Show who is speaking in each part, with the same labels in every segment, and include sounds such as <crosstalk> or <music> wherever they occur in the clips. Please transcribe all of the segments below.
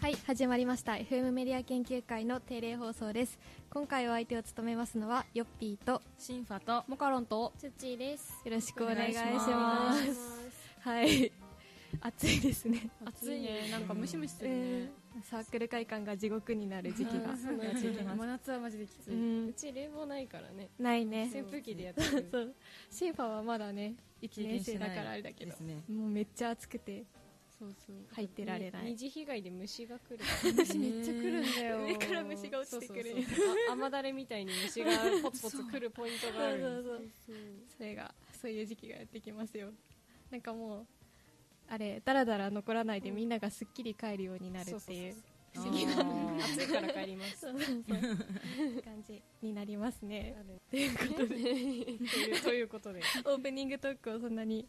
Speaker 1: はい始まりました FM メディア研究会の定例放送です今回お相手を務めますのはヨッピーと
Speaker 2: シンファとモカロンと
Speaker 3: ツッチーです。
Speaker 1: よろしくお願いしますはい暑いですね
Speaker 2: 暑いねなんかムシムシするね、
Speaker 1: うんサークル会館が地獄になる時期が
Speaker 2: やってきます
Speaker 1: う
Speaker 2: 真夏はマジできつい、
Speaker 1: ん
Speaker 3: うち冷房ないからね。
Speaker 1: ないね
Speaker 3: 扇風機でやってる。
Speaker 1: そうシンファはまだね1年生だからあれだけど
Speaker 2: ですね
Speaker 1: もうめっちゃ暑くて
Speaker 3: そうそう。
Speaker 1: 入ってられない
Speaker 3: 二次被害で虫が来る。
Speaker 2: 虫めっちゃ来るんだよ
Speaker 1: 上から虫が落ちてくる
Speaker 3: そうそうそうあ雨だれみたいに虫がポツポツ来るポイントがある。
Speaker 1: そうそうそうそれがそういう時期がやってきますよなんかもうあれだらだら残らないでみんながすっきり帰るようになるっていう
Speaker 2: 不思議な
Speaker 3: 暑いから帰ります。
Speaker 1: 感じになります <laughs> ね
Speaker 3: なる
Speaker 1: ということで
Speaker 3: というということで。
Speaker 1: オープニングトークをそんなに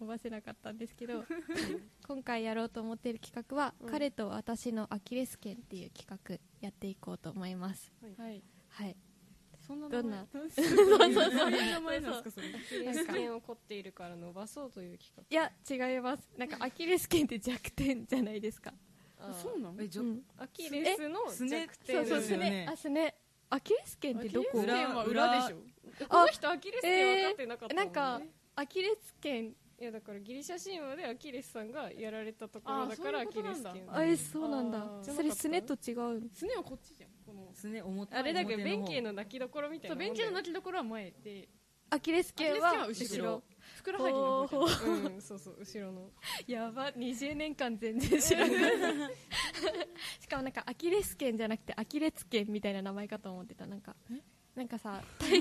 Speaker 1: 飛ばせなかったんですけ <laughs> ど今回やろうと思っている企画は、
Speaker 3: うん
Speaker 1: 彼と私のアキレス腱っていう企画やっていこうと思います
Speaker 2: はい
Speaker 1: はい
Speaker 2: そんな
Speaker 1: どんな
Speaker 2: そうそういう名前なんですかそれ
Speaker 3: 危険を凝っているから伸ばそうという企
Speaker 1: いや違いますなんかアキレス腱って弱点じゃないですか、
Speaker 3: 画。
Speaker 2: あそう
Speaker 3: う。
Speaker 2: なのえじ
Speaker 1: う
Speaker 2: ゃ
Speaker 1: ん、
Speaker 3: アキレスの
Speaker 4: すね
Speaker 3: 弱
Speaker 1: そ
Speaker 3: 点
Speaker 1: うそうす
Speaker 4: よ
Speaker 1: ね
Speaker 4: ね
Speaker 1: あすねアキレス腱ってどこ
Speaker 2: アキレス腱は裏でしょ
Speaker 3: この人アキレスって分かってなかったも
Speaker 1: なんん
Speaker 3: ね
Speaker 1: かアキレス腱
Speaker 3: いやだからギリシャ神話でアキレスさんがやられたところだか
Speaker 2: あ
Speaker 3: ら
Speaker 2: ー
Speaker 3: ア
Speaker 2: そう
Speaker 3: キ
Speaker 2: いう
Speaker 3: レス腱
Speaker 2: ことなんだ
Speaker 1: あえそうなんだ
Speaker 3: あー
Speaker 1: それすねと違う
Speaker 2: すねはこっちじゃんこの
Speaker 4: すね重たい
Speaker 3: あれだけど弁慶
Speaker 4: の
Speaker 3: の泣きどころみたい
Speaker 2: そ
Speaker 3: な
Speaker 2: う
Speaker 3: もんだ
Speaker 2: 弁
Speaker 3: よ
Speaker 2: 慶の泣きどころは前で
Speaker 1: アキレス
Speaker 2: アキレ
Speaker 1: 腱
Speaker 2: ス腱
Speaker 1: は
Speaker 2: は
Speaker 1: 後
Speaker 2: 後
Speaker 1: ろ
Speaker 2: ろふくらはぎの方じ
Speaker 3: うんそうそう後ろの
Speaker 1: やば20年間全然知ら
Speaker 3: <laughs>
Speaker 1: ないしかもなんかアキレス腱じゃなくてアキレツ腱みたいな名前かと思ってたなんかなんかさ
Speaker 3: <laughs>
Speaker 1: 体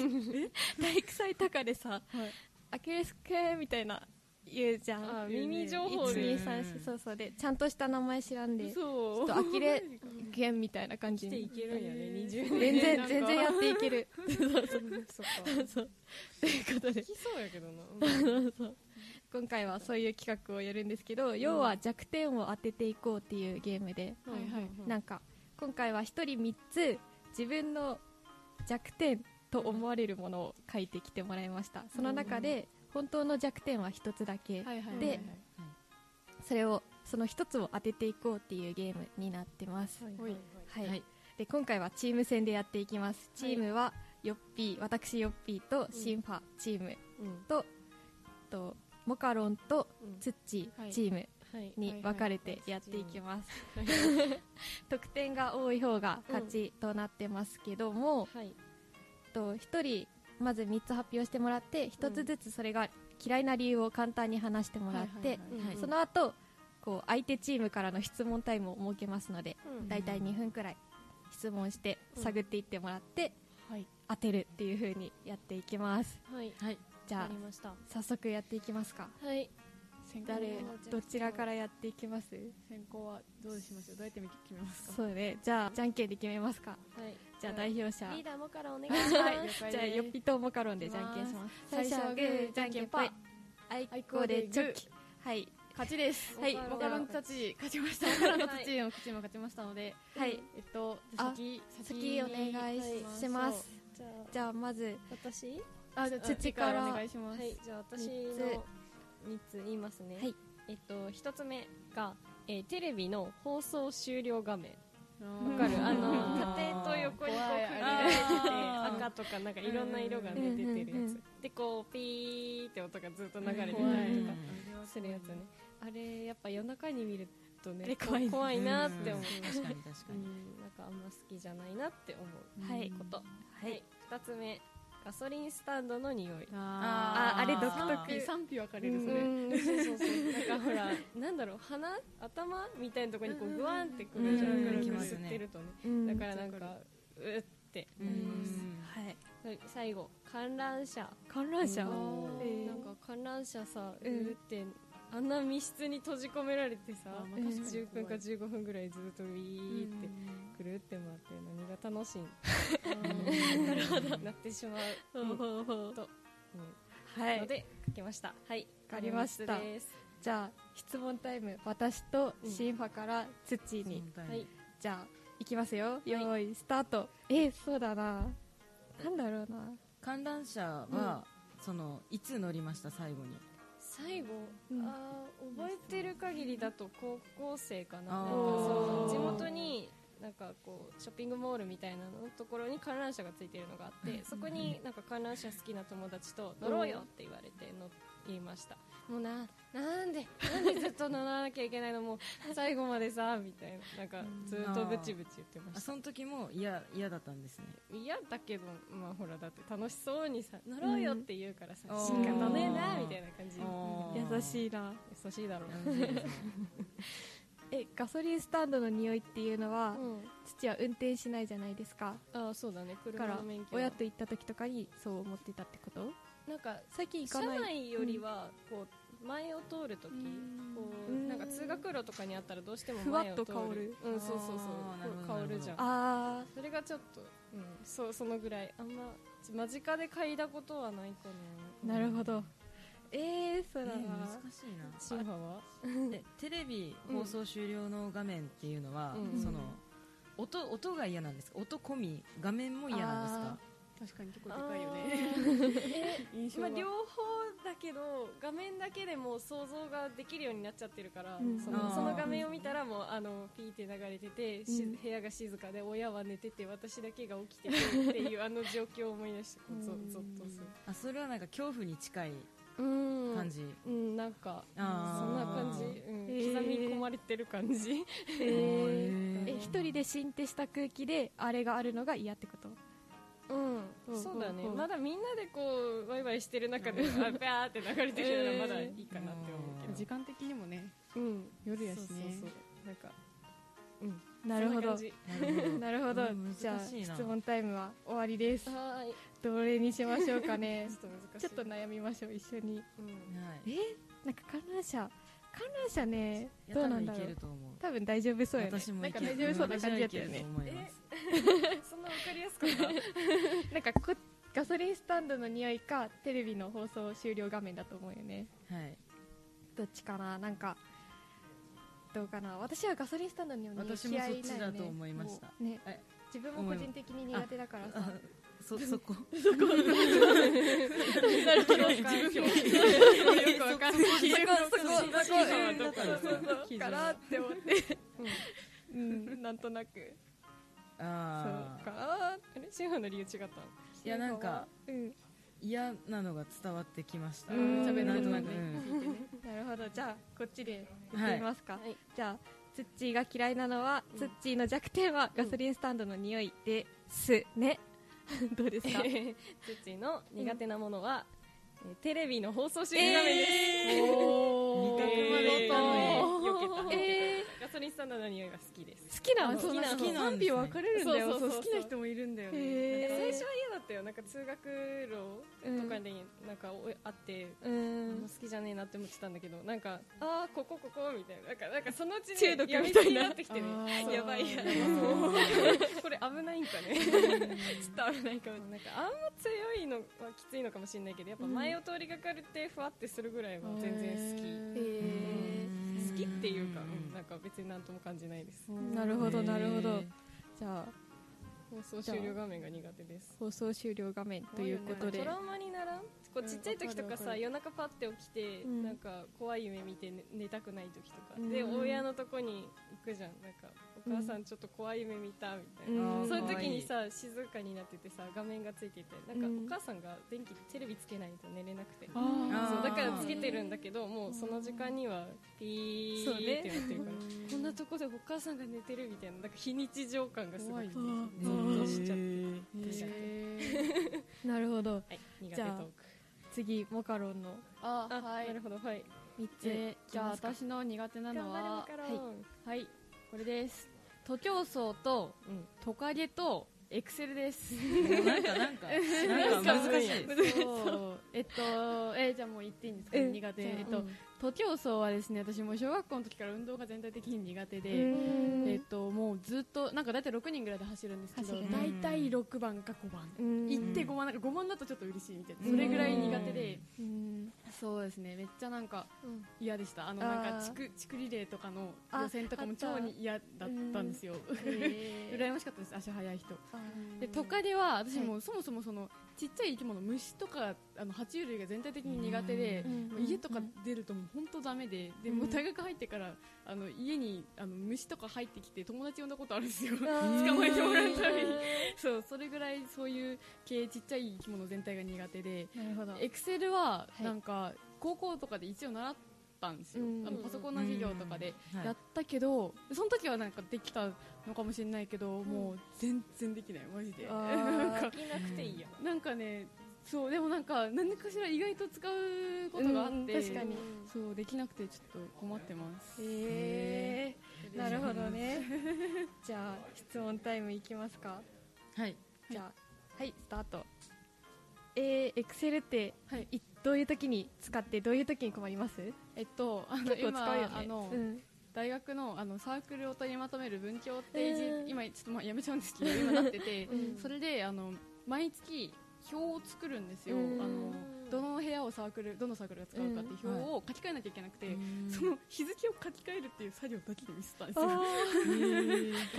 Speaker 1: 体育祭とかでさ
Speaker 2: ゃんはい
Speaker 1: アキレス腱みたいな言うじゃん
Speaker 3: あ耳情報で
Speaker 1: 1234そうそうでちゃんとした名前知らんでちょ
Speaker 3: そ
Speaker 1: っ
Speaker 3: う
Speaker 1: とアキレ腱みたいな感じ
Speaker 3: 生きてい
Speaker 1: に
Speaker 3: けるんやね20年 <laughs>
Speaker 1: 全然
Speaker 3: なんか
Speaker 1: 全然 <laughs> やっていける
Speaker 3: <laughs> そっか
Speaker 1: そうということで
Speaker 3: できそうやけどな
Speaker 1: 今回はそういう企画をやるんですけど、要は弱点を当てていこうっていうゲームで、
Speaker 3: うん
Speaker 2: はいはい
Speaker 1: なんか今回は1人3つ自分の弱点と思われるものを書いてきてもらいましたその中で本当の弱点は1つだけ、
Speaker 2: はいはい
Speaker 1: でそれをその1つを当てていこうっていうゲームになってます、はい
Speaker 3: はい
Speaker 4: はい
Speaker 1: で今回はチーム戦でやっていきますチームはヨッピー私ヨッピーとシンファチーム
Speaker 3: うん
Speaker 1: と,、とモカロンと
Speaker 3: うん
Speaker 1: ツッチ
Speaker 2: はい
Speaker 1: チーム
Speaker 3: はい
Speaker 1: に分かれてやっていきます得点が多い方が勝ちとなってますけども、
Speaker 3: はい
Speaker 1: と1人まず3つ発表してもらって1つずつそれが嫌いな理由を簡単に話してもらって
Speaker 2: はい
Speaker 3: はいはい
Speaker 1: その後こう相手チームからの質問タイムを設けますので
Speaker 3: うん
Speaker 1: 大体2分くらい質問して
Speaker 3: うん
Speaker 1: 探っていってもらって
Speaker 2: はい
Speaker 1: 当てるっていう風にやっていきます
Speaker 3: はい
Speaker 4: はい
Speaker 1: じ
Speaker 3: わ
Speaker 1: ゃ
Speaker 3: かりました
Speaker 1: あ早速やっていきますか
Speaker 3: はい
Speaker 1: 誰どちらかららやっていきます
Speaker 2: 先行はどうしましょうどうやって決めますか
Speaker 1: そうねじゃあじゃんけんで決めますか
Speaker 3: はい
Speaker 1: じゃあ代表者
Speaker 3: リーダーもからお願い
Speaker 1: はい
Speaker 3: しま
Speaker 2: 了
Speaker 3: す
Speaker 2: 解
Speaker 1: じゃあ
Speaker 2: です
Speaker 1: よっぴとモカロンでじゃんけんします最初はグーじゃんけんパーあいこでチョキはい
Speaker 2: 勝ちです
Speaker 1: はい
Speaker 2: モカロンたち勝ちま
Speaker 1: <laughs>
Speaker 2: したモカロンたちのチームが勝ちましたので
Speaker 1: はい
Speaker 2: えっとじゃあ先
Speaker 1: 先お願いします
Speaker 3: じゃあ
Speaker 1: じゃあまず
Speaker 3: 私
Speaker 2: あじゃあ
Speaker 1: 土
Speaker 2: 土
Speaker 1: か
Speaker 2: かららお願いします
Speaker 3: はい、じゃあ私の
Speaker 1: 三つ
Speaker 3: 三つ言いますね。
Speaker 1: はい
Speaker 3: えっと一つ目が、えーテレビの放送終了画面。
Speaker 2: わ
Speaker 3: わかる？
Speaker 4: うん
Speaker 3: あ
Speaker 4: あ
Speaker 3: の
Speaker 4: ー
Speaker 3: 縦と横にこう
Speaker 2: 怖い
Speaker 3: 区切
Speaker 2: あ
Speaker 3: ら
Speaker 2: れ
Speaker 3: れてて
Speaker 2: あー
Speaker 3: 赤とかなんかいろんな色がね
Speaker 1: うん
Speaker 3: 出てるや
Speaker 1: うんうんうん
Speaker 3: つ。でこうピーって音がずっと流れてたりと
Speaker 2: 怖い
Speaker 3: かするやつね。あれやっぱ夜中に見ると
Speaker 1: あ
Speaker 3: ね
Speaker 1: れ怖いね
Speaker 3: 怖いなって思う。
Speaker 4: ん確かに確か
Speaker 3: う
Speaker 4: に
Speaker 3: ん、なんかあんま好きじゃないなって思う
Speaker 1: はい
Speaker 3: うんこと。
Speaker 1: は
Speaker 3: はいい、二つ目ガソリンスタンドの匂い。
Speaker 2: あ
Speaker 1: ああれ独
Speaker 2: ー
Speaker 1: 特
Speaker 2: 賛否分かれるそれ
Speaker 3: うんそうそうそうなんかほらなんだろう鼻頭みたいなところにこうグワンってくるじゃん
Speaker 1: うん
Speaker 3: くるく
Speaker 1: き
Speaker 3: る
Speaker 1: ます
Speaker 3: 吸
Speaker 4: ね
Speaker 3: ってるとね
Speaker 1: うん
Speaker 3: だからなんかうーって
Speaker 4: う
Speaker 3: なりま
Speaker 4: ん
Speaker 1: はい
Speaker 3: すはい最後観覧車
Speaker 1: 観覧車
Speaker 3: あ
Speaker 4: お
Speaker 3: ー
Speaker 1: ー
Speaker 3: なんか観覧車さう
Speaker 1: うん
Speaker 3: ーってあんな密室に閉じ込められてさ
Speaker 2: あまあ
Speaker 1: 確かに
Speaker 3: 10分か15分ぐらいずっとウィーってくるって回って何が楽 <laughs> しい
Speaker 4: うんなるほ
Speaker 3: んなってしまう
Speaker 1: ほうほうほう
Speaker 3: と
Speaker 1: は
Speaker 3: の
Speaker 1: い
Speaker 3: で書きましたはい
Speaker 1: わかりました
Speaker 3: この三つです
Speaker 1: じゃあ質問タイム私とシンファから土に
Speaker 3: はい
Speaker 1: じゃあいきますよよーいスタートえそうだななんだろうな
Speaker 4: 観覧車はそのいつ乗りました最後に
Speaker 3: 最後、
Speaker 1: うん
Speaker 3: あー覚えてる限りだと高校生かな
Speaker 5: あー
Speaker 3: なんかその地元になんかこうショッピングモールみたいなののところに観覧車がついてるのがあってそこになんか観覧車好きな友達と乗ろうよって言われて乗りましたもうななんでなんでずっと乗らなきゃいけないのもう最後までさみたいななんかずっとブチブチ言ってま
Speaker 5: あ
Speaker 3: した
Speaker 5: その時も嫌嫌だったんですね
Speaker 3: 嫌だけどまあほらだって楽しそうにさ乗ろうよって言うからさ
Speaker 5: うん
Speaker 3: 仕方ねえなみたいな感じ
Speaker 1: 優し
Speaker 5: い
Speaker 1: いな
Speaker 3: 優しいだろう
Speaker 5: 優しいですね
Speaker 1: えガソリンスタンドの匂いっていうのは、
Speaker 3: うん
Speaker 1: 父は運転しないじゃないですか
Speaker 3: あそうだね
Speaker 1: だか
Speaker 3: 車
Speaker 1: ら
Speaker 3: の免許は
Speaker 1: 親と行った時とかにそう思ってたってこと
Speaker 3: なんか
Speaker 1: 最近行
Speaker 3: 車
Speaker 1: かない
Speaker 3: 内よりはこう前を通るとき
Speaker 1: うん
Speaker 3: こ
Speaker 1: う
Speaker 3: うんなんか通学路とかにあったらどうしても
Speaker 1: ふわ
Speaker 3: 前
Speaker 1: っ
Speaker 3: を
Speaker 1: と
Speaker 3: 通
Speaker 1: 香る
Speaker 3: うんそうそうそう
Speaker 5: あーなるほど
Speaker 3: こう香るじゃん
Speaker 1: あ
Speaker 3: それがちょっとうんそうそのぐらいあんま間近で嗅いだことはないか
Speaker 1: あなるほどえー、そう
Speaker 5: え
Speaker 1: だな、
Speaker 5: ー難しいな
Speaker 3: なシンハは
Speaker 5: えテレビ放送終了の画面っていうのは、
Speaker 3: うん
Speaker 5: その音音が嫌なんですか音込み画面も嫌なんですか
Speaker 2: 確かに結構でかいよね
Speaker 3: え
Speaker 2: 印象
Speaker 3: まあ
Speaker 2: が
Speaker 3: 両方だけど画面だけでもう想像ができるようになっちゃってるから、
Speaker 1: うん
Speaker 3: そ
Speaker 5: あー
Speaker 3: のその画面を見たらもうあのピーって流れてて、し
Speaker 1: うん
Speaker 3: 部屋が静かで親は寝てて私だけが起きててっていうあの状況を思い出してこうゾ
Speaker 1: うん
Speaker 3: ゾッとする
Speaker 5: あそれはなんか恐怖に近い
Speaker 3: うん
Speaker 5: 感じ、
Speaker 3: うんなんかそ
Speaker 5: あー
Speaker 3: んな感じ、うん
Speaker 1: えー
Speaker 3: 刻み込まれてる感じ
Speaker 1: え
Speaker 5: ー
Speaker 1: え一人でシンってした空気であれがあるのが嫌ってこと
Speaker 3: うん
Speaker 1: うん
Speaker 3: そうだね
Speaker 1: うん
Speaker 3: まだみんなでこうワイワイしてる中であバーって流れてるならまだいいかなって思うけ
Speaker 5: うん
Speaker 3: ど
Speaker 2: 時間的にもね
Speaker 3: うん
Speaker 2: 夜やしね
Speaker 3: そうそうそうなんかうん
Speaker 1: なるほ
Speaker 3: そんな
Speaker 1: ど
Speaker 3: 感じ
Speaker 5: なる <laughs> ほど
Speaker 1: なるほど、
Speaker 5: うん
Speaker 1: じゃあ
Speaker 5: 難しいな
Speaker 1: 質問タイムは終わりです
Speaker 3: はーい
Speaker 1: どれにしましょうかね
Speaker 3: ちょっと <laughs> 難し
Speaker 1: ち
Speaker 3: い
Speaker 1: ょっと悩みましょう一緒に
Speaker 3: うん
Speaker 5: はい
Speaker 1: なんか観覧車観覧車ね
Speaker 5: いや
Speaker 1: どうなん
Speaker 5: 多
Speaker 1: だろ
Speaker 5: 分いけ
Speaker 1: う
Speaker 5: ると思う
Speaker 1: 多分大丈夫そうやね
Speaker 5: 私も
Speaker 1: ないんか
Speaker 5: ける
Speaker 1: 大丈夫そうな感じやったよね
Speaker 5: 私もいけると思います
Speaker 3: そんなわかりやすかった
Speaker 1: なんかこガソリンスタンドの匂いかテレビの放送終了画面だと思うよね
Speaker 5: はい
Speaker 1: どっちかななんかどうかな私はガソリンスタンドの匂い
Speaker 5: 私も
Speaker 1: 嫌
Speaker 5: そっ
Speaker 1: いな
Speaker 5: ち
Speaker 1: よ
Speaker 5: だ
Speaker 1: ね
Speaker 5: と思いました
Speaker 1: もうね
Speaker 5: え
Speaker 1: 自分も個人的に苦手だからさ
Speaker 5: あそ <laughs> そこ
Speaker 1: なるほどよくわかんない
Speaker 5: そこ
Speaker 1: うん
Speaker 5: どこで
Speaker 1: そう
Speaker 5: すか
Speaker 1: そうそうかなって思ってうんなんとなくそう
Speaker 5: あ
Speaker 1: か
Speaker 5: あ
Speaker 1: な
Speaker 3: あれシンハの理由違ったの
Speaker 5: いやなんか
Speaker 1: うん
Speaker 5: 嫌なのが伝わってきました
Speaker 1: うん
Speaker 5: 喋ること
Speaker 1: な
Speaker 5: なん
Speaker 1: となく
Speaker 5: くうん
Speaker 1: なるほどじゃあこっちで
Speaker 5: は
Speaker 1: や
Speaker 5: い
Speaker 1: ってみますか、
Speaker 3: はい
Speaker 1: じゃあツッチーが嫌いなのは、ツッチーの弱点はガソリンスタンドの匂いですね、どうですか
Speaker 3: ツッチーの苦手なものは、えーテレビの放送終了画面です、
Speaker 5: 二択までい
Speaker 3: え
Speaker 5: った
Speaker 3: ー
Speaker 5: のに
Speaker 3: よけたよけた
Speaker 1: え
Speaker 3: ガソリンスタンドの匂いが好きです
Speaker 1: 好きなの
Speaker 5: あそうなんだ
Speaker 1: 好きなの
Speaker 5: 好きな
Speaker 1: 賛否
Speaker 5: んですね
Speaker 1: 分かれるんだよ
Speaker 3: そう
Speaker 1: そ
Speaker 3: そうう
Speaker 1: 好
Speaker 3: そう
Speaker 1: きな人
Speaker 2: もいるんだよ
Speaker 1: へー
Speaker 3: 最初は嫌だったよなんか通学路とかになんかおあって、
Speaker 1: う
Speaker 3: あん
Speaker 1: ん
Speaker 3: ま好きじゃねえなって思ってたんだけどなんかああここここみたいななんかなんかそのうち
Speaker 1: 中
Speaker 3: に
Speaker 1: 毒
Speaker 3: や
Speaker 1: み
Speaker 3: み
Speaker 1: た
Speaker 3: た
Speaker 1: い
Speaker 3: い
Speaker 1: な
Speaker 3: になってきてね
Speaker 1: あー
Speaker 3: やばいやばい
Speaker 5: <laughs>
Speaker 3: これ危ないんかね <laughs> ちょっと危ないかもなんかあんま強いのはきついのかもしれないけどやっぱ前を通りがかるってふわってするぐらいは全然好き、好きっていうか、うんなんか別になんとも感じないです、
Speaker 1: なるほどなるほどじゃあ
Speaker 3: 放送終了画面が苦手です
Speaker 1: 放送終了画面ということで
Speaker 3: トラウマにならんこうちっちゃい時とかさ、
Speaker 2: うん
Speaker 3: 夜中パッて起きて、
Speaker 1: うん
Speaker 3: なんか怖い夢見て寝寝たくない時とか、
Speaker 1: うん
Speaker 3: で親のとこに行くじゃんなんかお母さんちょっと怖い夢見たみたいな、
Speaker 5: うん
Speaker 3: そういう時に
Speaker 5: あ
Speaker 3: さ静かになっててさ画面がついててなんか
Speaker 1: うん
Speaker 3: お母さんが電気テレビつけないと寝れなくて、
Speaker 1: あー
Speaker 5: ー
Speaker 3: そうだからつけてるんだけどもうその時間にはピ
Speaker 1: そうね
Speaker 3: ーってなってるから、こんなとこでお母さんが寝てるみたいななんか非日常感がすごい
Speaker 2: 怖
Speaker 1: い
Speaker 3: ゾッとしちゃって、
Speaker 5: 確かに
Speaker 1: なるほど
Speaker 3: はい、苦手
Speaker 1: じ
Speaker 3: ト
Speaker 1: ゃあ
Speaker 3: ーク
Speaker 1: 次モカロンの
Speaker 2: あ
Speaker 3: あ、
Speaker 2: はい
Speaker 3: なるほどはい
Speaker 1: 3つ
Speaker 2: えーじゃあ
Speaker 1: いきますか
Speaker 2: 私の苦手なのはは
Speaker 3: 頑張れマカロン
Speaker 2: い、はい、これです徒競走と
Speaker 3: うん
Speaker 2: トカゲとエクセルです
Speaker 5: なんかなんか <laughs> なんか難しい
Speaker 2: そう <laughs> えっとえーじゃあもう言っていいんですか
Speaker 1: え
Speaker 2: 苦手えっと徒競走はですね私もう小学校の時から運動が全体的に苦手で、えっともうずっとなんか大体6人ぐらいで走るんですけど
Speaker 1: 走る
Speaker 2: 大体6番か5番
Speaker 1: うん
Speaker 2: 行って5番なんか5番だとちょっと嬉しいみたいなそれぐらい苦手で
Speaker 1: うん
Speaker 2: そうですねめっちゃなんか
Speaker 1: うん
Speaker 2: 嫌でしたあの
Speaker 1: あー
Speaker 2: なんか地区地区リレーとかの予選とかも
Speaker 1: ああった
Speaker 2: 超に嫌だったんですよ
Speaker 1: えー
Speaker 2: 羨ましかったです足速い人
Speaker 1: あ
Speaker 3: でトカゲは私もそもそもそのちっちゃい生き物虫とかあの爬虫類が全体的に苦手で
Speaker 1: うん
Speaker 3: もう家とか出るともう本当ダメででもう大学入ってからあの家にあの虫とか入ってきて友達呼んだことあるんですよ捕まえてもらうために <laughs> そうそれぐらいそういう系ちっちゃい生き物全体が苦手で
Speaker 1: なるほど
Speaker 3: エクセルはいなんか高校とかで一応習ったんですよ、
Speaker 1: うん
Speaker 3: あのパソコンの授業とかで
Speaker 5: うんはい
Speaker 3: やったけど、その時はなんかできたのかもしれないけど、もう全然できないマジでなんか
Speaker 2: できなくていいよ
Speaker 3: なんかねそうでもなんか何かしら意外と使うことがあって、
Speaker 1: うん確かに
Speaker 3: そうできなくてちょっと困ってます
Speaker 1: えー、なるほどねじゃあ質問タイムいきますか
Speaker 5: はい
Speaker 1: じゃあはいスタートえー、エクセルって、
Speaker 3: はい
Speaker 1: いどういう時に使ってどういう時に困ります
Speaker 3: えっとあの
Speaker 1: 結構
Speaker 3: 今
Speaker 1: 使うよね
Speaker 3: あの、
Speaker 1: うん
Speaker 3: 大学のあのサークルを取りまとめる文教って、
Speaker 1: うん
Speaker 3: 今ちょっとまあやめちゃうんですけど今なってて、
Speaker 1: うん
Speaker 3: それであの毎月表を作るんですよ、
Speaker 1: うん
Speaker 3: あのどの部屋をサークルどのサークルが使うかっていう表を書き換えなきゃいけなくて、その日付を書き換えるっていう作業だけでミスったんですよ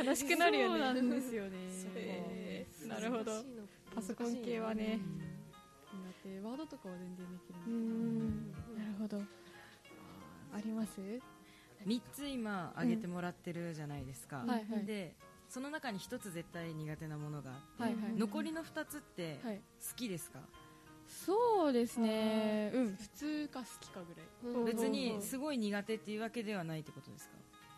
Speaker 1: 悲しくなるよね
Speaker 3: そうなんですよね
Speaker 1: えー
Speaker 3: な
Speaker 1: な
Speaker 3: る
Speaker 1: る
Speaker 3: ほ
Speaker 1: ほ
Speaker 3: ど
Speaker 1: ど
Speaker 3: だっ
Speaker 1: パソコン系はね
Speaker 3: てワードとかは全然できる
Speaker 1: うーんなるほどあります
Speaker 5: 3つ今挙げてもらってるじゃないですか、
Speaker 3: んはいはい
Speaker 5: でその中に1つ絶対苦手なものがあって
Speaker 3: はいはい、
Speaker 5: 残りの2つって好
Speaker 3: はい、
Speaker 5: きですか、
Speaker 3: そうですねうん普通か好きかぐらい
Speaker 1: うん
Speaker 5: 別に
Speaker 1: うん
Speaker 5: すごい苦手っていうわけではないってことですか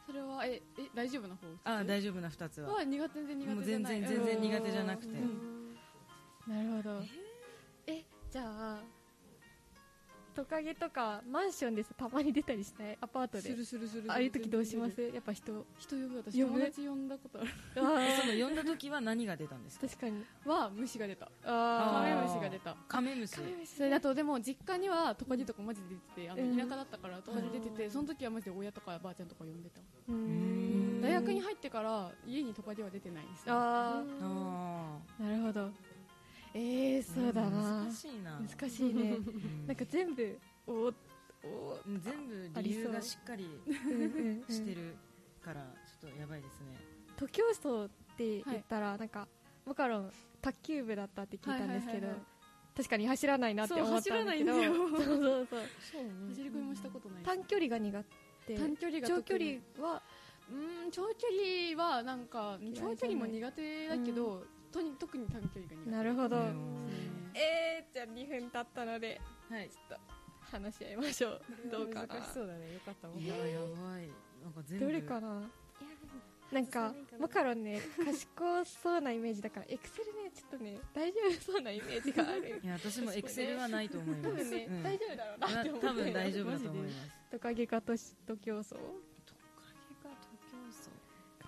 Speaker 3: それはええ大丈夫な方
Speaker 5: ああ大丈夫な2つは
Speaker 3: は苦手全然苦
Speaker 5: もう
Speaker 3: 手じゃ
Speaker 5: 全
Speaker 3: ない
Speaker 5: 然全然苦手じゃなくて、
Speaker 1: なるほどえじゃあトカゲとかマンションですたまに出たりしないアパート
Speaker 3: す
Speaker 1: で
Speaker 3: るするする
Speaker 1: ああいう時どうしますやっぱ人
Speaker 3: 人呼ぶ私
Speaker 1: 呼ぶ
Speaker 3: 友達呼んだことある
Speaker 5: その呼んだ時は何が出たん
Speaker 2: <laughs>
Speaker 5: ですか
Speaker 1: 確かに
Speaker 3: は虫が出たカ
Speaker 1: あ
Speaker 3: メ
Speaker 1: ー
Speaker 3: ムシが出た
Speaker 5: カメムシ
Speaker 3: それだとでも実家にはトカゲとかマジで出ててあ
Speaker 1: うん
Speaker 3: の田舎だったからトカゲ出ててその時はマジで親とかばあちゃんとか呼んでた
Speaker 1: うー
Speaker 5: うん
Speaker 3: 大学に入ってから家にトカゲは出てないですね
Speaker 1: あ
Speaker 5: あ
Speaker 1: あなるほどえー、
Speaker 5: ー
Speaker 1: そうだな
Speaker 5: 難しいな
Speaker 1: 難しいねなんか <laughs> 全部おーお
Speaker 5: うん全部理由がしっかり
Speaker 1: ー
Speaker 5: してるからちょっとやばいですね
Speaker 1: 徒競走って言ったら、なんかボカロン卓球部だったって聞いたんですけど、
Speaker 3: はいはいはいはい
Speaker 1: 確かに走らないなって
Speaker 3: そう
Speaker 1: 思ったんだけど
Speaker 3: 走らないん
Speaker 1: そうそうそう
Speaker 3: 走り込みもしたことない
Speaker 1: 短距離が苦手
Speaker 3: 短距離が
Speaker 1: 長
Speaker 3: 特
Speaker 1: 距離
Speaker 3: に
Speaker 1: は
Speaker 3: うーん長距離はなんか
Speaker 1: 嫌いじゃな
Speaker 3: 長
Speaker 1: い
Speaker 3: 距離も苦手だけどとに特に短距離が苦手
Speaker 1: なるほど、
Speaker 5: うん
Speaker 1: えー、じゃあ2分経ったので
Speaker 5: はい
Speaker 1: 話し合いましょうどうかな
Speaker 2: 難しそうだねよかったもん
Speaker 5: いややばいなんか全部
Speaker 1: どれかななんかマカロンね賢そうなイメージだからエクセルねちょっとね大丈夫そうなイメージがある
Speaker 5: <laughs> いや私もエクセルはないと思いま
Speaker 1: 多
Speaker 5: す
Speaker 1: 分 <laughs> ね、
Speaker 5: うん
Speaker 1: 大丈夫だろうな
Speaker 5: な
Speaker 1: って思って
Speaker 5: 多分大丈夫だと思います
Speaker 1: トカゲかとし徒競走
Speaker 5: トカゲが徒競走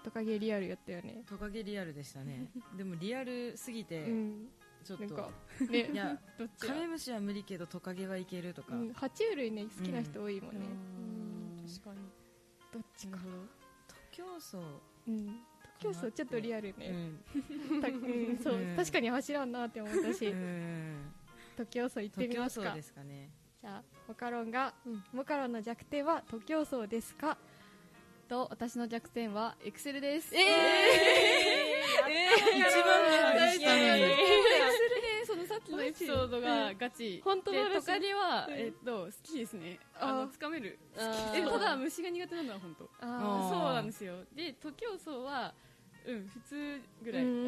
Speaker 1: トカゲリアルやったよね
Speaker 5: トカゲリアルでしたねでもリアルすぎて
Speaker 1: うん
Speaker 5: ちょっ
Speaker 1: なん
Speaker 5: と、
Speaker 1: かね
Speaker 5: いや
Speaker 1: どっち
Speaker 5: カ
Speaker 1: や
Speaker 5: メムシは無理けどトカゲはいけるとか、
Speaker 1: うん爬虫類ね好きな人多いもんね、
Speaker 5: うん
Speaker 2: 確かに
Speaker 1: どっちか
Speaker 5: 徒競走
Speaker 1: うん徒競走ちょっとリアル
Speaker 5: う
Speaker 1: ね、
Speaker 5: ん、
Speaker 1: た
Speaker 5: <laughs>
Speaker 1: うんそう
Speaker 5: うん
Speaker 1: 確かに走らんなって思った
Speaker 5: う
Speaker 1: し
Speaker 5: ん、
Speaker 1: 徒競走行っ
Speaker 5: 徒
Speaker 1: てみ
Speaker 5: 競
Speaker 1: ます
Speaker 5: 走
Speaker 1: か
Speaker 5: ですかね
Speaker 1: じゃあモカロンが、モカロンの弱点は徒競走ですか
Speaker 3: と私の弱点はエクセルです
Speaker 5: 一番目外したのに
Speaker 3: それでそのさっきのエピソードがガチ
Speaker 1: 本当
Speaker 3: で
Speaker 1: だらしい
Speaker 3: トカゲは、
Speaker 1: うん
Speaker 3: えっと好きですね
Speaker 1: あー
Speaker 3: あのつかめる
Speaker 2: あ
Speaker 3: えただ虫が苦手なのは本当
Speaker 5: あー
Speaker 3: そうなんですよで徒競走はうん普通ぐらいあ
Speaker 1: うん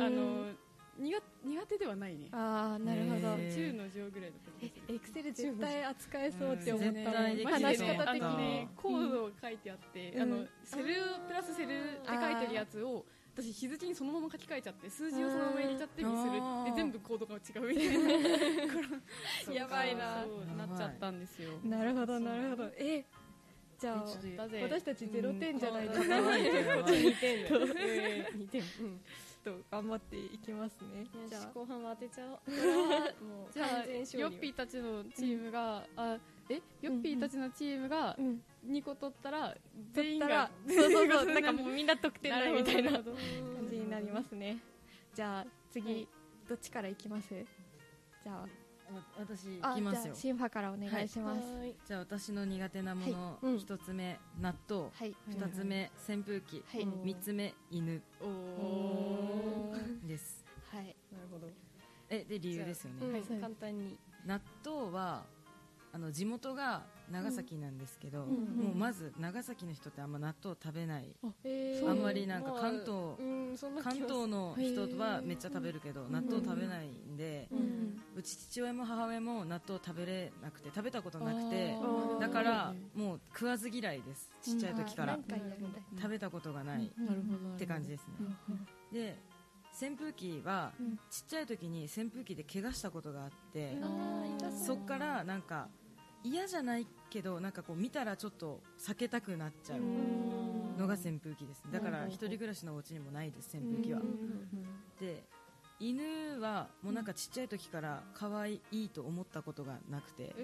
Speaker 3: の苦苦手ではないね
Speaker 1: あーなるほど、
Speaker 5: へー
Speaker 3: 中の上ぐらいだった
Speaker 1: えエクセル絶対扱えそうって思ったもん、
Speaker 5: 絶対できると思
Speaker 1: 話
Speaker 5: っ
Speaker 1: した方的
Speaker 3: あの
Speaker 1: に
Speaker 3: ねコードを書いてあって、
Speaker 1: うん
Speaker 3: あ
Speaker 1: う
Speaker 3: の
Speaker 1: ん
Speaker 3: セルプラスセルって書いてるやつを私日付にそのまま書き換えちゃって数字をそのまま入れちゃってるにする
Speaker 5: あー
Speaker 3: で全部コードが違うみたいな
Speaker 1: <laughs>
Speaker 3: そう
Speaker 1: やばいな
Speaker 3: そうなっちゃったんですよ
Speaker 1: なるほどなるほどえじゃあ
Speaker 5: ちょっと
Speaker 3: だぜ
Speaker 1: 私たちゼロ点じゃ <laughs> ないか
Speaker 5: や
Speaker 1: な、
Speaker 5: ばいやばい
Speaker 2: 似てんだよ似てん
Speaker 1: ちょっと頑張っていきますね
Speaker 2: よ
Speaker 1: じゃ
Speaker 2: し後半は当てちゃおうもう
Speaker 3: じゃ
Speaker 2: 完
Speaker 3: あ
Speaker 2: 全
Speaker 3: ヨ
Speaker 2: 勝利
Speaker 3: ッピーたちのチームが、あえヨッピーたちのチームが
Speaker 1: あうん
Speaker 3: 2個取ったら全
Speaker 1: 取っ
Speaker 3: 員
Speaker 1: た
Speaker 3: が
Speaker 1: らそうそうそうなんかもうみんな得点ないみたいな <laughs> 感
Speaker 3: るほどるほど
Speaker 1: じになりますねじゃあ次、どっちからいきますじゃ
Speaker 5: わ私
Speaker 1: あ
Speaker 5: 行きます
Speaker 1: じゃ
Speaker 5: よ
Speaker 1: あシンファからお願いします、
Speaker 2: はーい
Speaker 5: じゃあ私の苦手なもの
Speaker 1: はいうん
Speaker 5: 一、つ目納豆
Speaker 1: はい
Speaker 5: 二、つ目扇風機
Speaker 1: はい
Speaker 5: 三、つ目犬
Speaker 3: お
Speaker 1: お
Speaker 3: お
Speaker 1: ー
Speaker 5: です
Speaker 1: はい
Speaker 3: なるほど
Speaker 5: えで理由ですよね、
Speaker 3: うん
Speaker 1: はいそうです
Speaker 3: 簡単に
Speaker 5: 納豆はあの地元が長崎なんですけ
Speaker 1: ん
Speaker 5: ど、
Speaker 1: うん
Speaker 5: もうまず長崎の人ってあんま納豆食べない、
Speaker 3: え
Speaker 5: あんまりなんか関東
Speaker 3: うんそんな気は
Speaker 5: 関
Speaker 3: する
Speaker 5: 東の人は
Speaker 1: へー
Speaker 5: めっちゃ食べるけど、納豆食べないんで、
Speaker 1: うんうん
Speaker 5: うち父親も母親も納豆食べれなくて食べたことなくて
Speaker 2: あ
Speaker 1: ー
Speaker 5: だからもう食わず嫌いですちっちゃい時から、
Speaker 1: なんかやりたい
Speaker 5: 食べたことがない、
Speaker 1: うん
Speaker 2: なるほどなるほど
Speaker 5: って感じですね、で扇風機は
Speaker 1: うん
Speaker 5: ちっちゃい時に扇風機で怪我したことがあって、
Speaker 1: あー痛
Speaker 5: そっからなんか嫌じゃないけどなんかこう見たらちょっと避けたくなっちゃうのが扇風機ですねだから一人暮らしのお家にもないです扇風機はで犬はもうなんかちっちゃい時から可愛いと思ったことがなくて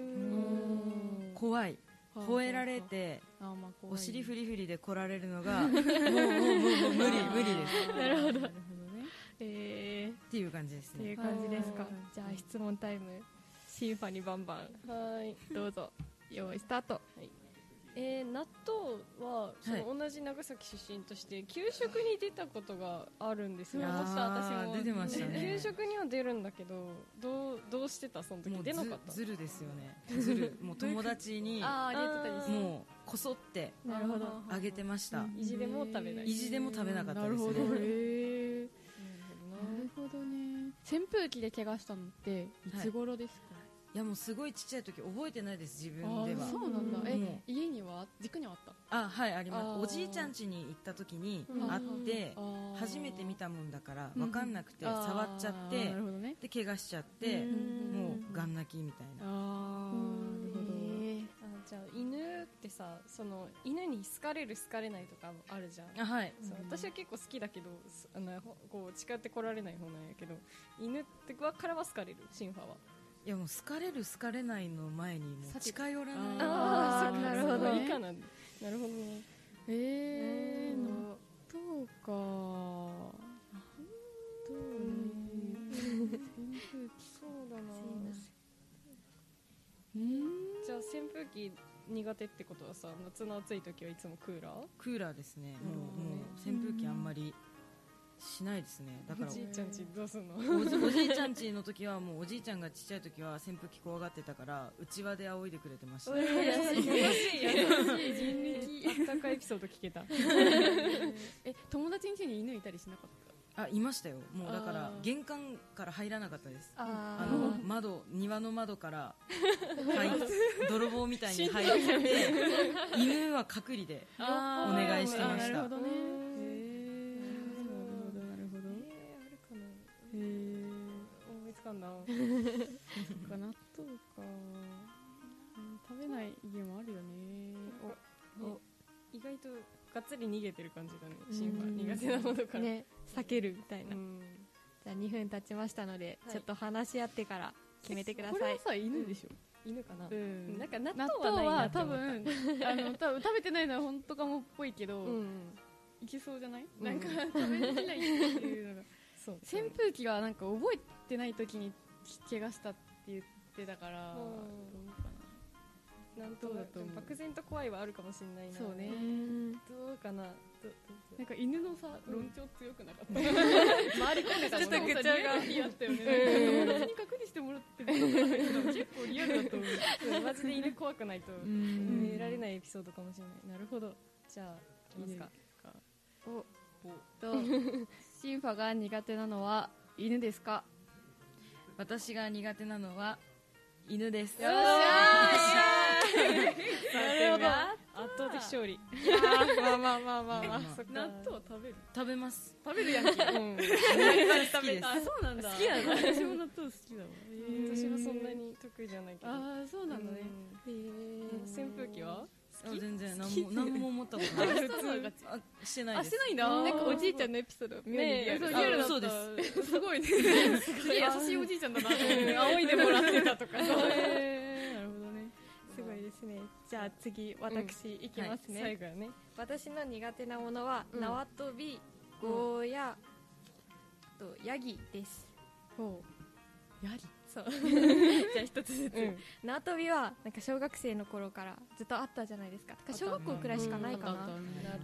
Speaker 5: 怖い吠えられて
Speaker 2: あーまあ怖い
Speaker 5: お尻フリフリで来られるのがもうもうもうもう無理無理です
Speaker 2: なるほどなるほどね
Speaker 1: えー
Speaker 5: っていう感じです
Speaker 1: ってい
Speaker 5: ね
Speaker 1: う感じです
Speaker 2: は
Speaker 1: か
Speaker 2: い
Speaker 1: じゃあ質問タイム審判にバンバン
Speaker 3: はい
Speaker 1: どうぞ用意スタート
Speaker 3: えー、納豆はその同じ長崎出身として給食に出たことがあるんですよ、
Speaker 5: あー
Speaker 3: 確か私も
Speaker 5: 出て
Speaker 2: <laughs>
Speaker 5: ましたね
Speaker 3: 給食には出るんだけどどうどうしてたその時
Speaker 5: もう
Speaker 3: 出な
Speaker 5: ず
Speaker 3: かった
Speaker 5: ずるですよねずるもう友達に
Speaker 2: <laughs> あーありがとうございます
Speaker 5: もうこそって
Speaker 1: なるほど
Speaker 5: あげてました
Speaker 3: 意地でも食べない
Speaker 5: 意地でも食べなかったですね
Speaker 2: なるほどへえ
Speaker 3: な
Speaker 2: な
Speaker 3: る
Speaker 2: るほどね扇風機で怪我したのっていつ頃ですか、
Speaker 5: いやもうすごいちっちゃい時覚えてないです自分
Speaker 2: あ
Speaker 5: で
Speaker 2: ー
Speaker 5: は
Speaker 2: そうなんだえ、
Speaker 5: うん
Speaker 2: 家には実家にはあった
Speaker 5: あはいあり
Speaker 2: あ
Speaker 5: ま
Speaker 2: ー
Speaker 5: すおじいちゃん家に行った時に
Speaker 3: うん
Speaker 5: 会って
Speaker 2: あー
Speaker 5: 初めて見たもんだから
Speaker 2: うん
Speaker 5: 分かんなくて
Speaker 2: あー
Speaker 5: 触っちゃって
Speaker 2: なるほどね
Speaker 5: で怪我しちゃって
Speaker 2: ん
Speaker 5: もうガン泣きみたいな
Speaker 2: あーなるほど
Speaker 3: あじゃあ犬ってさその犬に好かれる好かれないとかもあるじゃん
Speaker 5: あはい
Speaker 3: そう私は結構好きだけどすあのほこう近寄ってこられない方なんやけど犬ってわからは好かれるシンファはい
Speaker 5: やもう好かれる好かれないの前にもう
Speaker 2: さて
Speaker 5: 近寄らない
Speaker 2: あー
Speaker 3: そっか
Speaker 2: なるほどね
Speaker 3: そっか以下なんだなるほどね
Speaker 2: え
Speaker 3: えー
Speaker 2: ー、納豆か納豆ね扇風機
Speaker 3: そうだな
Speaker 2: うん
Speaker 3: じゃあ扇風機苦手ってことはさ夏の暑い時はいつもクーラー
Speaker 5: クーラーですねもう
Speaker 3: なるほどね
Speaker 5: もう扇風機あんまりしないですねだから
Speaker 3: おじいちゃんちどうすんの
Speaker 5: おじお <laughs> じいちゃん家の時はもうおじいちゃんがちっちゃい時は扇風機怖がってたからうちわで仰いでくれてました
Speaker 3: 優しい優しい人力あったかいエピソード聞けた
Speaker 2: え友達ん家に犬いたりしなかった
Speaker 5: あいましたよもうだから
Speaker 2: あー
Speaker 5: 玄関から入らなかったですあ
Speaker 1: あ
Speaker 5: の窓庭の窓から入っ泥棒みたいに入って犬は隔離でーお
Speaker 2: あ
Speaker 5: 願いしてました
Speaker 2: なるほどね
Speaker 3: う
Speaker 2: へ
Speaker 3: ん
Speaker 2: えー、なるほどなるほど
Speaker 3: えーあるかな
Speaker 2: へえ
Speaker 3: 思いつかんな
Speaker 2: ー、なんか納豆かうん食べない家もあるよね
Speaker 3: お意外とがっつり逃げてる感じだね
Speaker 1: ん
Speaker 3: シンファ苦手なものか
Speaker 1: ー
Speaker 3: ら
Speaker 1: ね避けるみたいな
Speaker 3: うん
Speaker 1: じゃあ2分経ちましたので、
Speaker 3: はい
Speaker 1: ちょっと話し合ってから決めてくだ
Speaker 2: これ
Speaker 1: さ。
Speaker 2: はいさ犬でしょ、
Speaker 3: 犬かな
Speaker 2: うん
Speaker 3: なんか納
Speaker 2: 納
Speaker 3: 豆はない
Speaker 2: 豆
Speaker 3: な
Speaker 2: は
Speaker 3: って
Speaker 2: 多
Speaker 3: 思った
Speaker 2: 分あの多分食べてないのは本当かもっぽいけど、
Speaker 3: うん
Speaker 2: いけそうじゃない、
Speaker 3: うん
Speaker 2: なんか食べれないっていう <laughs> のが
Speaker 3: そう
Speaker 2: 扇風機がなんか覚えてない時に怪我したって言ってたか
Speaker 3: うん
Speaker 2: らどうか
Speaker 3: なんとな
Speaker 2: どうだと
Speaker 3: く
Speaker 2: 思う
Speaker 3: 漠然と怖いはあるかもしれない
Speaker 2: な
Speaker 3: な
Speaker 2: そうね
Speaker 3: どうかなどど
Speaker 2: なんか犬のさ論調強くなか <laughs> った、
Speaker 3: 回り込んでた
Speaker 2: ちょっとぐちゃが
Speaker 3: リアルだよ
Speaker 2: 友
Speaker 3: ね
Speaker 2: 達に確認してもらってることがあるけど結構リアルだと思う
Speaker 3: うんマジで犬怖くないと
Speaker 5: うん
Speaker 3: 寝られないエピソードかもしれないなるほどじゃあいきますか
Speaker 1: おとシンファが苦手なのは犬ですか。
Speaker 5: 私が苦手なのは犬です
Speaker 1: よっしゃ
Speaker 3: なるほど圧倒的勝利
Speaker 1: ー。まあまあまあまあまあ。
Speaker 5: まあ
Speaker 3: そっか
Speaker 2: 納豆は食べる
Speaker 5: 食べます
Speaker 3: 食べるやんけうん
Speaker 5: 好きです
Speaker 2: そうなんだ
Speaker 3: 好きなの
Speaker 2: 私も納豆好きだわ
Speaker 3: 私はそんなに得意じゃないけど
Speaker 2: ああそうなんだね
Speaker 3: うん扇風機は
Speaker 5: あ全然何も何も思ったことない
Speaker 2: 普通が
Speaker 5: あしてない
Speaker 2: あ
Speaker 5: で
Speaker 2: し
Speaker 5: す
Speaker 2: てないんだ
Speaker 1: なんかおじいちゃんのエピソード妙にリア
Speaker 3: ねえ
Speaker 1: ル。
Speaker 2: そう
Speaker 5: あ
Speaker 2: リアルだ
Speaker 5: 嘘です
Speaker 2: すごいねすげえ優しいおじいちゃんだなと思っ
Speaker 3: <laughs>
Speaker 2: て
Speaker 3: うん仰いでもらってたとか
Speaker 2: えーなるほどね
Speaker 1: すごいですね。じゃあ次私いきますね。
Speaker 3: 最後やね
Speaker 1: 私の苦手なものは、
Speaker 3: うん
Speaker 1: 縄跳び、ゴーヤ、あとヤギです。
Speaker 2: ほうやり
Speaker 1: そう。じゃあ一つずつ。縄跳びはなんか小学生の頃からずっとあったじゃないですか。だから小学校くらいしかないかな。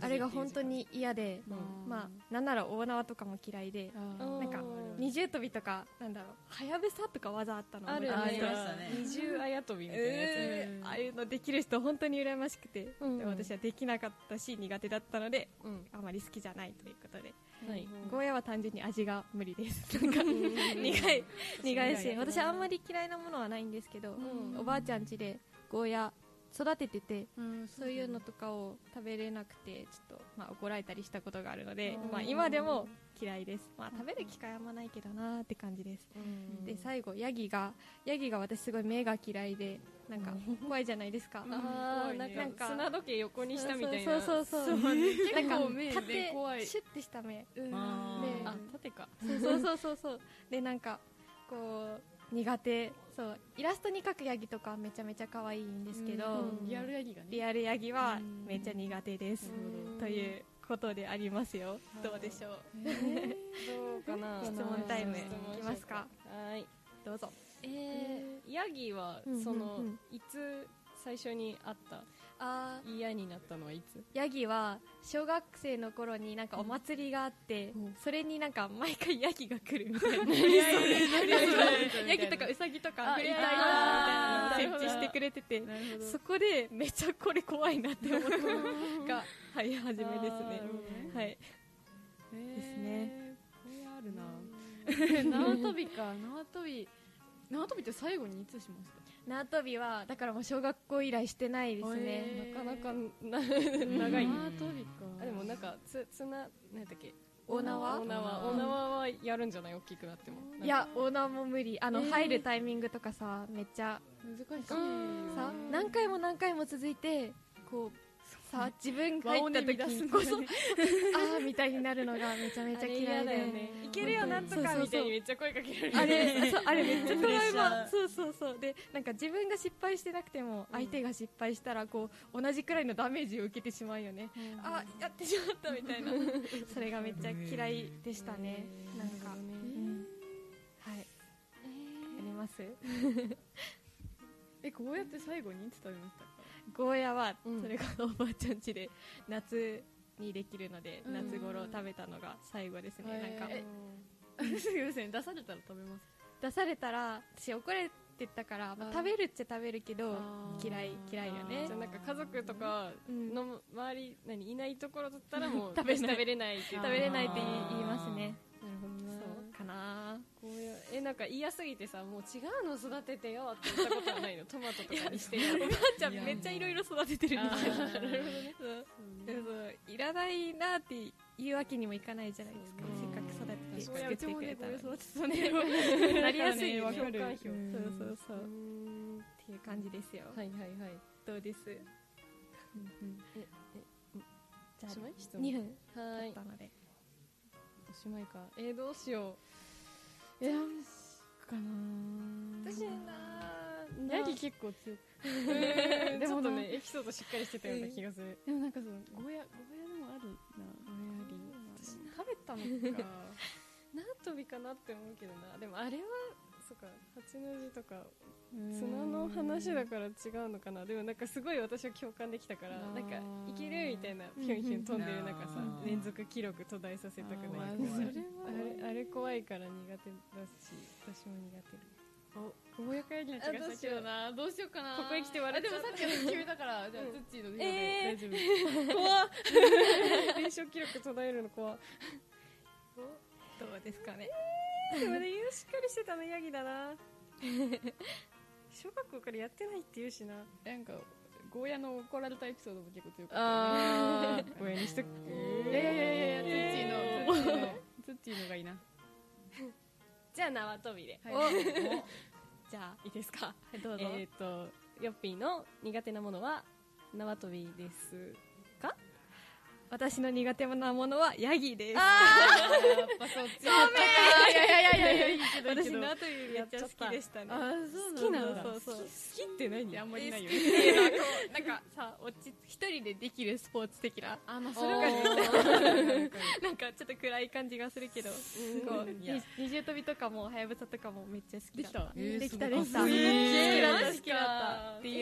Speaker 1: あれが本当に嫌で、
Speaker 3: うん
Speaker 1: まあなんなら大縄とかも嫌いで、
Speaker 2: あ
Speaker 3: ー
Speaker 1: なんか二重跳びとかなんだろうはやぶさとか技あったの
Speaker 3: あるね
Speaker 1: 覚えてま
Speaker 5: り
Speaker 1: す
Speaker 5: ましたね
Speaker 3: 二重あや跳びみたいなやつ、
Speaker 1: えーああいうのできる人本当に羨ましくて、
Speaker 3: うん
Speaker 1: でも私はできなかったし苦手だったので
Speaker 3: うん
Speaker 1: あまり好きじゃないということで、
Speaker 3: はい
Speaker 1: ゴーヤは単純に味が無理
Speaker 3: <laughs>
Speaker 1: ですなんか苦い苦いし私あんまり嫌いなものはないんですけど、
Speaker 3: うん
Speaker 1: おばあちゃん家でゴーヤ育ててて
Speaker 2: うん
Speaker 1: そういうのとかを食べれなくてちょっと、まあ、怒られたりしたことがあるので
Speaker 3: うん、
Speaker 1: まあ、今でも嫌いです、まあ、食べる機会あんまないけどなーって感じです
Speaker 3: うん
Speaker 1: で最後ヤギがヤギが私すごい目が嫌いでなんか怖いじゃないですか
Speaker 3: あー
Speaker 1: 怖いね
Speaker 3: なんか砂時計横にしたみたい
Speaker 1: そ
Speaker 3: な
Speaker 1: うそうそうそうなん
Speaker 2: 結
Speaker 1: か
Speaker 2: 構目ね
Speaker 1: 縦
Speaker 2: 怖い
Speaker 1: シュッてした目
Speaker 2: うん
Speaker 5: あー
Speaker 3: あ縦か
Speaker 1: そうそうそうそうでなんかこう苦手そうイラストに描くヤギとかめちゃめちゃ可愛いんですけど、
Speaker 2: うんリアルヤギがね
Speaker 1: リアルヤギはめっちゃ苦手です、ということでありますよ、どうでしょう
Speaker 3: どうかな
Speaker 1: 質問タイム
Speaker 3: 質問
Speaker 1: いきますか
Speaker 3: はい
Speaker 1: どうぞ
Speaker 3: えーヤギは
Speaker 1: うん
Speaker 3: その
Speaker 1: うんうん
Speaker 3: いつ最初に会った
Speaker 1: あ
Speaker 3: 嫌になったのはいつ
Speaker 1: ヤギは小学生の頃になんかお祭りがあって、それになんか毎回ヤギが来るみた <laughs> いなヤギとかウサギとか <laughs> 触れたいなみ
Speaker 3: あ
Speaker 1: たい
Speaker 3: い
Speaker 1: ない
Speaker 3: たな
Speaker 1: 設置してくれてて
Speaker 2: なるほど
Speaker 1: そこでめっちゃこれ怖いなって思ったのがはい初めですねはいですね
Speaker 2: これあるな縄跳びか縄跳び縄跳びって最後にいつしました
Speaker 1: 縄跳びはだからもう小学校以来してないですね
Speaker 2: へー
Speaker 3: なかなかな長いね
Speaker 2: 縄跳びか
Speaker 3: あでもなんかつ綱なんだっけ
Speaker 1: オナ
Speaker 3: オ
Speaker 1: は
Speaker 3: ナ
Speaker 5: あー
Speaker 3: ワオナワはやるんじゃない大きくなっても
Speaker 1: いやオナも無理あの入るタイミングとかさめっちゃ
Speaker 2: 難しい
Speaker 1: さ何回も何回も続いてこうさ自分が
Speaker 2: 和
Speaker 1: 入
Speaker 2: 音
Speaker 1: っ
Speaker 2: で
Speaker 1: た時
Speaker 2: 乱す
Speaker 1: に
Speaker 2: ん
Speaker 1: こ
Speaker 2: だ
Speaker 1: そ
Speaker 2: よ
Speaker 1: あ <laughs>
Speaker 2: ね
Speaker 1: あみたいになるのがめちゃめちゃ嫌いで
Speaker 3: いけるよなんとか
Speaker 1: そうそうそう
Speaker 3: みたいにめっちゃ声かけられる
Speaker 1: あれそうあれ <laughs> めっちゃトラウマ
Speaker 5: プ
Speaker 1: そうそうそうでなんか自分が失敗してなくても相手が失敗したらこう同じくらいのダメージを受けてしまうよねあやってしまったみたいな <laughs> それがめっちゃ嫌いでしたねなんかうんはいあります
Speaker 2: えこうやって最後にいつ食べましたか
Speaker 1: ゴーヤは
Speaker 3: うん
Speaker 1: それこそおばあちゃん家 <laughs> で夏にできるので
Speaker 2: うん
Speaker 1: 夏頃食べたのが最後ですねなんか
Speaker 2: えー <laughs> すいません出されたら食べます
Speaker 1: 出されたら私怒られてたからまあ
Speaker 2: あー
Speaker 1: 食べるっちゃ食べるけど
Speaker 2: あー
Speaker 1: 嫌い嫌いよね
Speaker 3: じゃあなんか家族とか
Speaker 1: うん
Speaker 3: の周り何いないところだったらもう
Speaker 1: 食べれない
Speaker 3: 食べれないっていう
Speaker 1: 食べれないって言い言いますね
Speaker 3: なるほど
Speaker 1: そ
Speaker 3: な
Speaker 1: うかな
Speaker 3: こういうえなんか嫌すぎてさもう違うの育ててよって言ったことはないのトマトとかにしてよ
Speaker 1: お
Speaker 3: <laughs>
Speaker 1: ばあちゃんめっちゃいろいろ育ててるんですよそうそういらないなっていうわけにもいかないじゃないですか
Speaker 3: うん
Speaker 1: せっかく育てて
Speaker 2: そう
Speaker 1: 作
Speaker 2: やう
Speaker 1: っ
Speaker 2: ち
Speaker 1: て
Speaker 2: も
Speaker 1: くれ
Speaker 2: ね
Speaker 1: た
Speaker 2: こ
Speaker 1: のに
Speaker 2: れ育てた
Speaker 1: <laughs>
Speaker 2: ね
Speaker 1: なりやすいよ
Speaker 2: わ
Speaker 1: ね
Speaker 2: かる
Speaker 1: <laughs> そうそうそう
Speaker 3: うん
Speaker 1: っていう感じですよ
Speaker 3: はいはいはい
Speaker 1: どうです
Speaker 3: え
Speaker 1: じゃ
Speaker 3: おしまい質
Speaker 1: あ
Speaker 3: 問
Speaker 1: 2分
Speaker 3: は
Speaker 1: 経
Speaker 3: ー
Speaker 1: っ
Speaker 3: い
Speaker 1: たので
Speaker 3: おしまいかえーどうしよ
Speaker 2: えーどうしかな
Speaker 3: 私な
Speaker 2: ーヤギ結構強く
Speaker 3: うで
Speaker 2: <laughs> で
Speaker 3: も
Speaker 2: も
Speaker 3: ちょっと
Speaker 2: な
Speaker 3: ねエピソードしっかりしてたような気がする
Speaker 2: でもなんかそのゴーヤゴーヤでもあるなゴーヤ
Speaker 3: 私食べたの
Speaker 2: <laughs>
Speaker 3: か何飛びかなって思うけどなでもあれはそっか八の字とか砂の話だから違うのかなでもなんかすごい私は共感できたから
Speaker 2: あー
Speaker 3: なんかいけるみたいなヒュンヒュン飛んでる中さ
Speaker 5: うん
Speaker 3: 連続記録途絶えさせたくない
Speaker 2: あ
Speaker 5: ー
Speaker 2: それは
Speaker 3: あれあれ怖いから苦手だし私も苦手おやかやりな気
Speaker 2: あ
Speaker 3: が
Speaker 2: どう
Speaker 3: した
Speaker 2: し
Speaker 3: け
Speaker 2: よ
Speaker 3: ど
Speaker 2: うなどうしようかな
Speaker 3: ここへ来て笑っちゃった
Speaker 2: あでもさっきの急
Speaker 3: <laughs>
Speaker 2: だからじゃあツッチーので
Speaker 3: え
Speaker 2: 大丈夫
Speaker 3: <laughs> 連勝記録途絶えるの怖
Speaker 1: どうですかね
Speaker 3: でもねしっかりしてたのヤギだな小学校からやってないって言うしな
Speaker 2: なんかゴーヤの怒られたエピソードも結構強かったね
Speaker 3: ああ
Speaker 2: <laughs>
Speaker 3: 親にしとく
Speaker 2: いやいやいやいやツッチーのツッチーのツッチーのがいいな
Speaker 3: じゃあ縄跳びで
Speaker 2: お
Speaker 1: じゃ
Speaker 3: いいですか
Speaker 1: あどうぞ
Speaker 3: えっ、とヨッピーの苦手なものは縄跳びですか
Speaker 1: 私の苦手なものはヤギです
Speaker 2: やっぱそっちだったかいやいやいやいやいいけどいいけ
Speaker 1: 私
Speaker 2: ど
Speaker 1: 縄跳びめっちゃ好きでしたね <laughs>
Speaker 2: 好
Speaker 1: 好きなんだ
Speaker 2: 好
Speaker 1: そうそう
Speaker 3: きって何
Speaker 2: きあんまりないよ
Speaker 1: なんかさ落ち一人でできるスポーツ的な
Speaker 2: あまあ
Speaker 1: それは
Speaker 2: <laughs>
Speaker 1: なんかちょっと暗い感じがするけどこう
Speaker 5: いや
Speaker 1: に二重跳びとかもはやぶさとかもめっちゃ好きだった
Speaker 2: できた
Speaker 1: できたできた好
Speaker 2: えーすごい
Speaker 1: きだっ
Speaker 2: あ
Speaker 1: た
Speaker 2: す
Speaker 1: 好き
Speaker 2: げえ
Speaker 1: だったっていう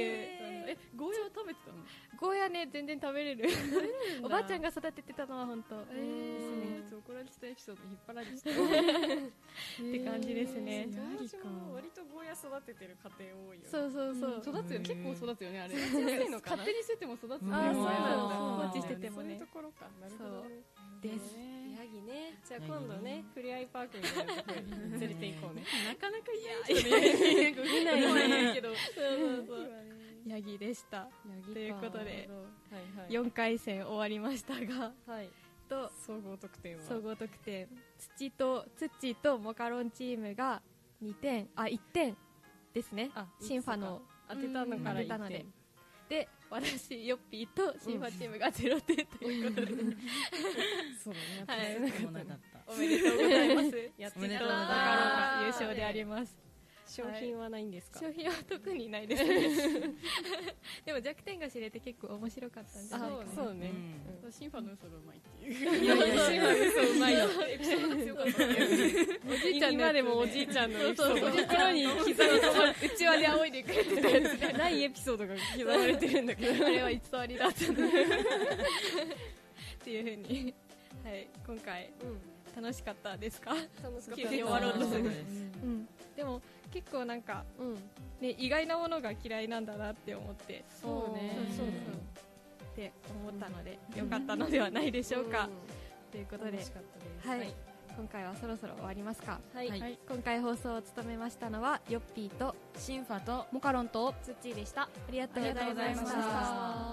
Speaker 2: えゴーヤは食べてたの
Speaker 1: ゴーヤね全然食べれるおばあちゃんが育ててたのは本当ですね
Speaker 2: えー、そう怒られてたエピソード引っ張られてた
Speaker 1: って感じですね
Speaker 3: 私も割とゴーヤ育ててる家庭多いよね
Speaker 1: そうそうそう
Speaker 2: 育つよ結構育つよねあ
Speaker 3: や
Speaker 2: れ
Speaker 3: すいのかな
Speaker 2: 勝手にしてても育つよね
Speaker 5: うん
Speaker 1: ああそう
Speaker 5: そう
Speaker 1: なんだ放
Speaker 5: なんだ
Speaker 1: 置してても
Speaker 3: そうい
Speaker 1: ね
Speaker 3: うところかなるほどね
Speaker 1: です
Speaker 3: ヤギねじゃ
Speaker 5: ヤ
Speaker 3: あ
Speaker 5: ギね
Speaker 3: 今度ねふれあいパ
Speaker 1: <laughs>
Speaker 3: ークみたいなとこ
Speaker 2: <laughs>
Speaker 3: に連れて行こうね
Speaker 2: なかなか言えないよね見ない見ないけど
Speaker 1: ヤギでしたということで
Speaker 3: はいはい
Speaker 1: 4回戦終わりましたが
Speaker 3: はい
Speaker 1: と
Speaker 3: 総合得点は
Speaker 1: 総合得点土と土とモカロンチームが2点あ1点ですね
Speaker 3: あ
Speaker 1: シンファの
Speaker 3: 当てたの
Speaker 1: 当
Speaker 3: から
Speaker 1: て
Speaker 3: 一
Speaker 1: たので
Speaker 3: 点
Speaker 1: で私ヨッピーとシンファチームが0点ということで、
Speaker 5: そうだ
Speaker 1: はい
Speaker 5: ね。そうもなかった。
Speaker 1: おめでとうござい <laughs> ます
Speaker 3: やって
Speaker 5: おめで
Speaker 3: た
Speaker 5: と
Speaker 1: モカロ
Speaker 5: うございます
Speaker 1: ンが
Speaker 3: な
Speaker 1: 優勝であります
Speaker 3: 商品はないんですか
Speaker 1: 商品は特にない <laughs> ですねでも弱点が知れて結構面白かったんじゃないかな
Speaker 3: そうね
Speaker 5: うん
Speaker 2: シンファの嘘がうまいっていう
Speaker 3: いやいやシンファ嘘う <laughs> まいよってエピソード強かったね
Speaker 1: お
Speaker 2: <laughs>
Speaker 1: じいちゃんのやつね
Speaker 3: 今でもおじいちゃんのエピソード
Speaker 1: そう
Speaker 3: 袋に刻まれたうちわで仰いでくれてたやつ <laughs> ないエピソードが刻まれてるんだけど
Speaker 1: <laughs> あれは偽りだっ
Speaker 3: <laughs>
Speaker 1: たねっていうふうにはい今回楽しかったですか、
Speaker 3: 楽しかった
Speaker 1: 急に終わろうとする
Speaker 5: そ
Speaker 1: う
Speaker 5: う
Speaker 1: ん、でも結構なんか、
Speaker 3: うん
Speaker 1: ね、意外なものが嫌いなんだなって思って
Speaker 3: そうね
Speaker 1: そうそうって思ったので、良かったのではないでしょうか、ということで
Speaker 3: 楽しかったです
Speaker 1: はい、今回はそろそろ終わりますか、
Speaker 3: はい
Speaker 5: はい
Speaker 1: はい、今回放送を務めましたのはヨッピーと
Speaker 5: シンファと
Speaker 1: モカロンと
Speaker 3: ツッチーでした
Speaker 1: ありがとうございま
Speaker 5: ありがとうございま
Speaker 1: し
Speaker 5: したた